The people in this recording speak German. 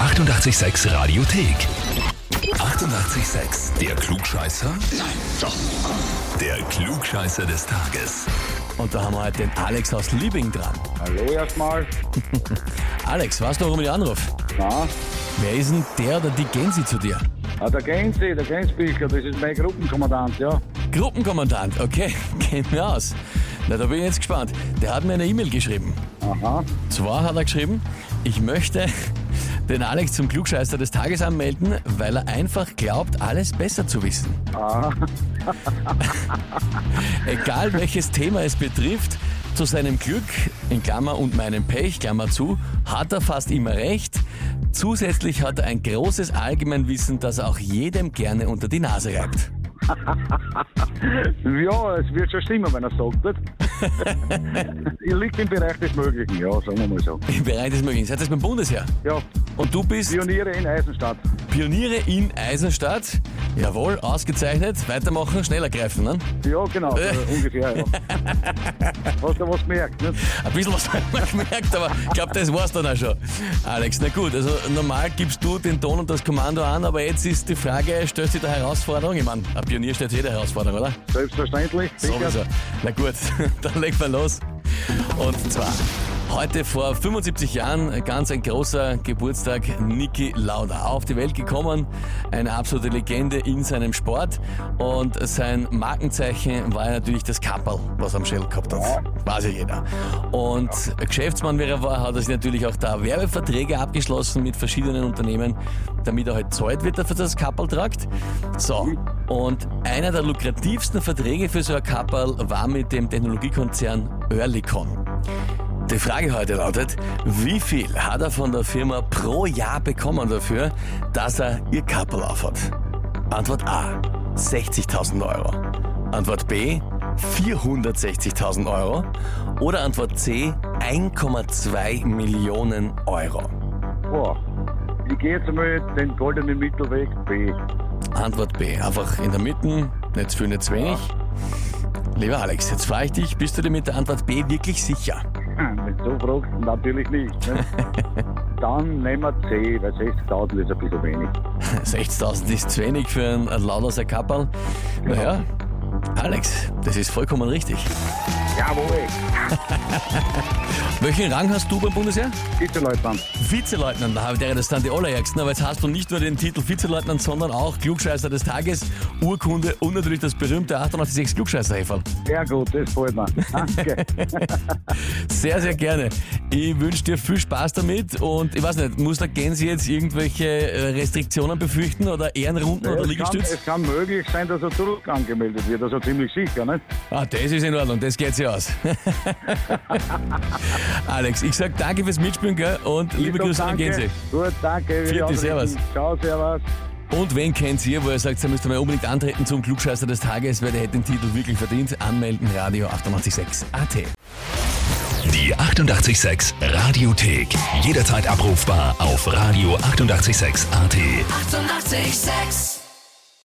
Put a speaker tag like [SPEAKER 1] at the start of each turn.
[SPEAKER 1] 886 Radiothek. 88,6. Der Klugscheißer? Nein, doch. Der Klugscheißer des Tages.
[SPEAKER 2] Und da haben wir heute den Alex aus Liebing dran.
[SPEAKER 3] Hallo erstmal.
[SPEAKER 2] Alex, weißt du, warum ich dich anrufe?
[SPEAKER 3] Na,
[SPEAKER 2] Wer ist denn der oder die Gänse zu dir?
[SPEAKER 3] ah, der Gänse, der Gänsbichler, das ist mein Gruppenkommandant, ja.
[SPEAKER 2] Gruppenkommandant, okay, genau. Na, da bin ich jetzt gespannt. Der hat mir eine E-Mail geschrieben.
[SPEAKER 3] Aha,
[SPEAKER 2] Zwar hat er geschrieben, ich möchte den Alex zum Klugscheißer des Tages anmelden, weil er einfach glaubt, alles besser zu wissen.
[SPEAKER 3] aha,
[SPEAKER 2] Egal welches Thema es betrifft, zu seinem Glück, in Klammer und meinem Pech, Klammer zu, hat er fast immer recht. Zusätzlich hat er ein großes Allgemeinwissen, das er auch jedem gerne unter die Nase reibt.
[SPEAKER 3] Ja, es wird schon stimmen, wenn er sagt, nicht? Ihr liegt im Bereich des Möglichen, ja, sagen wir mal so.
[SPEAKER 2] Im Bereich des Möglichen. Seid jetzt beim Bundesheer.
[SPEAKER 3] Ja,
[SPEAKER 2] Und du bist
[SPEAKER 3] Pioniere in Eisenstadt.
[SPEAKER 2] Pioniere in Eisenstadt. Jawohl, ausgezeichnet. Weitermachen, schneller greifen. Ne?
[SPEAKER 3] Ja, genau, so ungefähr, ja. Hast du was gemerkt, nicht?
[SPEAKER 2] Ein bisschen was hat man gemerkt, aber ich glaube, das war's dann auch schon. Alex, na gut, also normal gibst du den Ton und das Kommando an, aber jetzt ist die Frage, stellst du dir der Herausforderung? Ich meine, ein Pionier stellt jede Herausforderung, oder?
[SPEAKER 3] Selbstverständlich. sicher.
[SPEAKER 2] Sowieso. Na gut, dann legen wir los. Und zwar, heute vor 75 Jahren, äh, ganz ein großer Geburtstag, Niki Lauda. Auf die Welt gekommen, eine absolute Legende in seinem Sport. Und sein Markenzeichen war natürlich das Kapperl, was er am Schädel gehabt hat. Weiß ja jeder. Und Geschäftsmann, wer er war, hat er sich natürlich auch da Werbeverträge abgeschlossen mit verschiedenen Unternehmen, damit er halt zahlt wird, dafür, dass er das Kapperl tragt. So, und einer der lukrativsten Verträge für so ein Kapperl war mit dem Technologiekonzern Oerlikon. Die Frage heute lautet, wie viel hat er von der Firma pro Jahr bekommen dafür, dass er ihr Kapperl aufhat? Antwort A, 60.000 Euro. Antwort B, 460.000 Euro. Oder Antwort C, 1,2 Millionen Euro.
[SPEAKER 3] Boah. Ich gehe jetzt einmal den goldenen Mittelweg B.
[SPEAKER 2] Antwort B, einfach in der Mitte, nicht zu viel, nicht zu wenig. Lieber Alex, jetzt frage ich dich, bist du dir mit der Antwort B wirklich sicher?
[SPEAKER 3] Wenn du so fragst, natürlich nicht. Ne? Dann nehmen wir C, weil 60.000 ist ein bisschen wenig.
[SPEAKER 2] 60.000 ist zu wenig für ein Lauderser Kapperl. Naja, Alex, das ist vollkommen richtig.
[SPEAKER 3] Jawohl,
[SPEAKER 2] Welchen Rang hast du beim Bundesheer?
[SPEAKER 3] Vizeleutnant.
[SPEAKER 2] Vizeleutnant, da wäre das dann die allerärgsten, aber jetzt hast du nicht nur den Titel Vizeleutnant, sondern auch Klugscheißer des Tages, Urkunde und natürlich das berühmte 886 klugscheißer -Häferl.
[SPEAKER 3] Sehr gut, das freut mir. Danke.
[SPEAKER 2] Sehr, sehr gerne. Ich wünsche dir viel Spaß damit und ich weiß nicht, muss der Gänse jetzt irgendwelche äh, Restriktionen befürchten oder Ehrenrunden oder
[SPEAKER 3] es, kann,
[SPEAKER 2] Liegestütz?
[SPEAKER 3] es kann möglich sein, dass er zurück angemeldet wird, also ziemlich sicher, nicht?
[SPEAKER 2] Ah, das ist in Ordnung, das geht sich aus. Alex, ich sag danke fürs Mitspielen gell? und liebe
[SPEAKER 3] Tipptopp,
[SPEAKER 2] Grüße an
[SPEAKER 3] danke.
[SPEAKER 2] Gänse.
[SPEAKER 3] Gut, danke.
[SPEAKER 2] Vierte,
[SPEAKER 3] wir ausrichten.
[SPEAKER 2] servus.
[SPEAKER 3] Ciao, servus.
[SPEAKER 2] Und wen kennt ihr, wo ihr sagt, ihr müsst mal unbedingt antreten zum Klugscheißer des Tages, weil der hätte den Titel wirklich verdient? Anmelden, Radio 886 AT.
[SPEAKER 1] Die 88,6 Radiothek. Jederzeit abrufbar auf radio886.at. 88,6.
[SPEAKER 4] Eighty-eight, sex.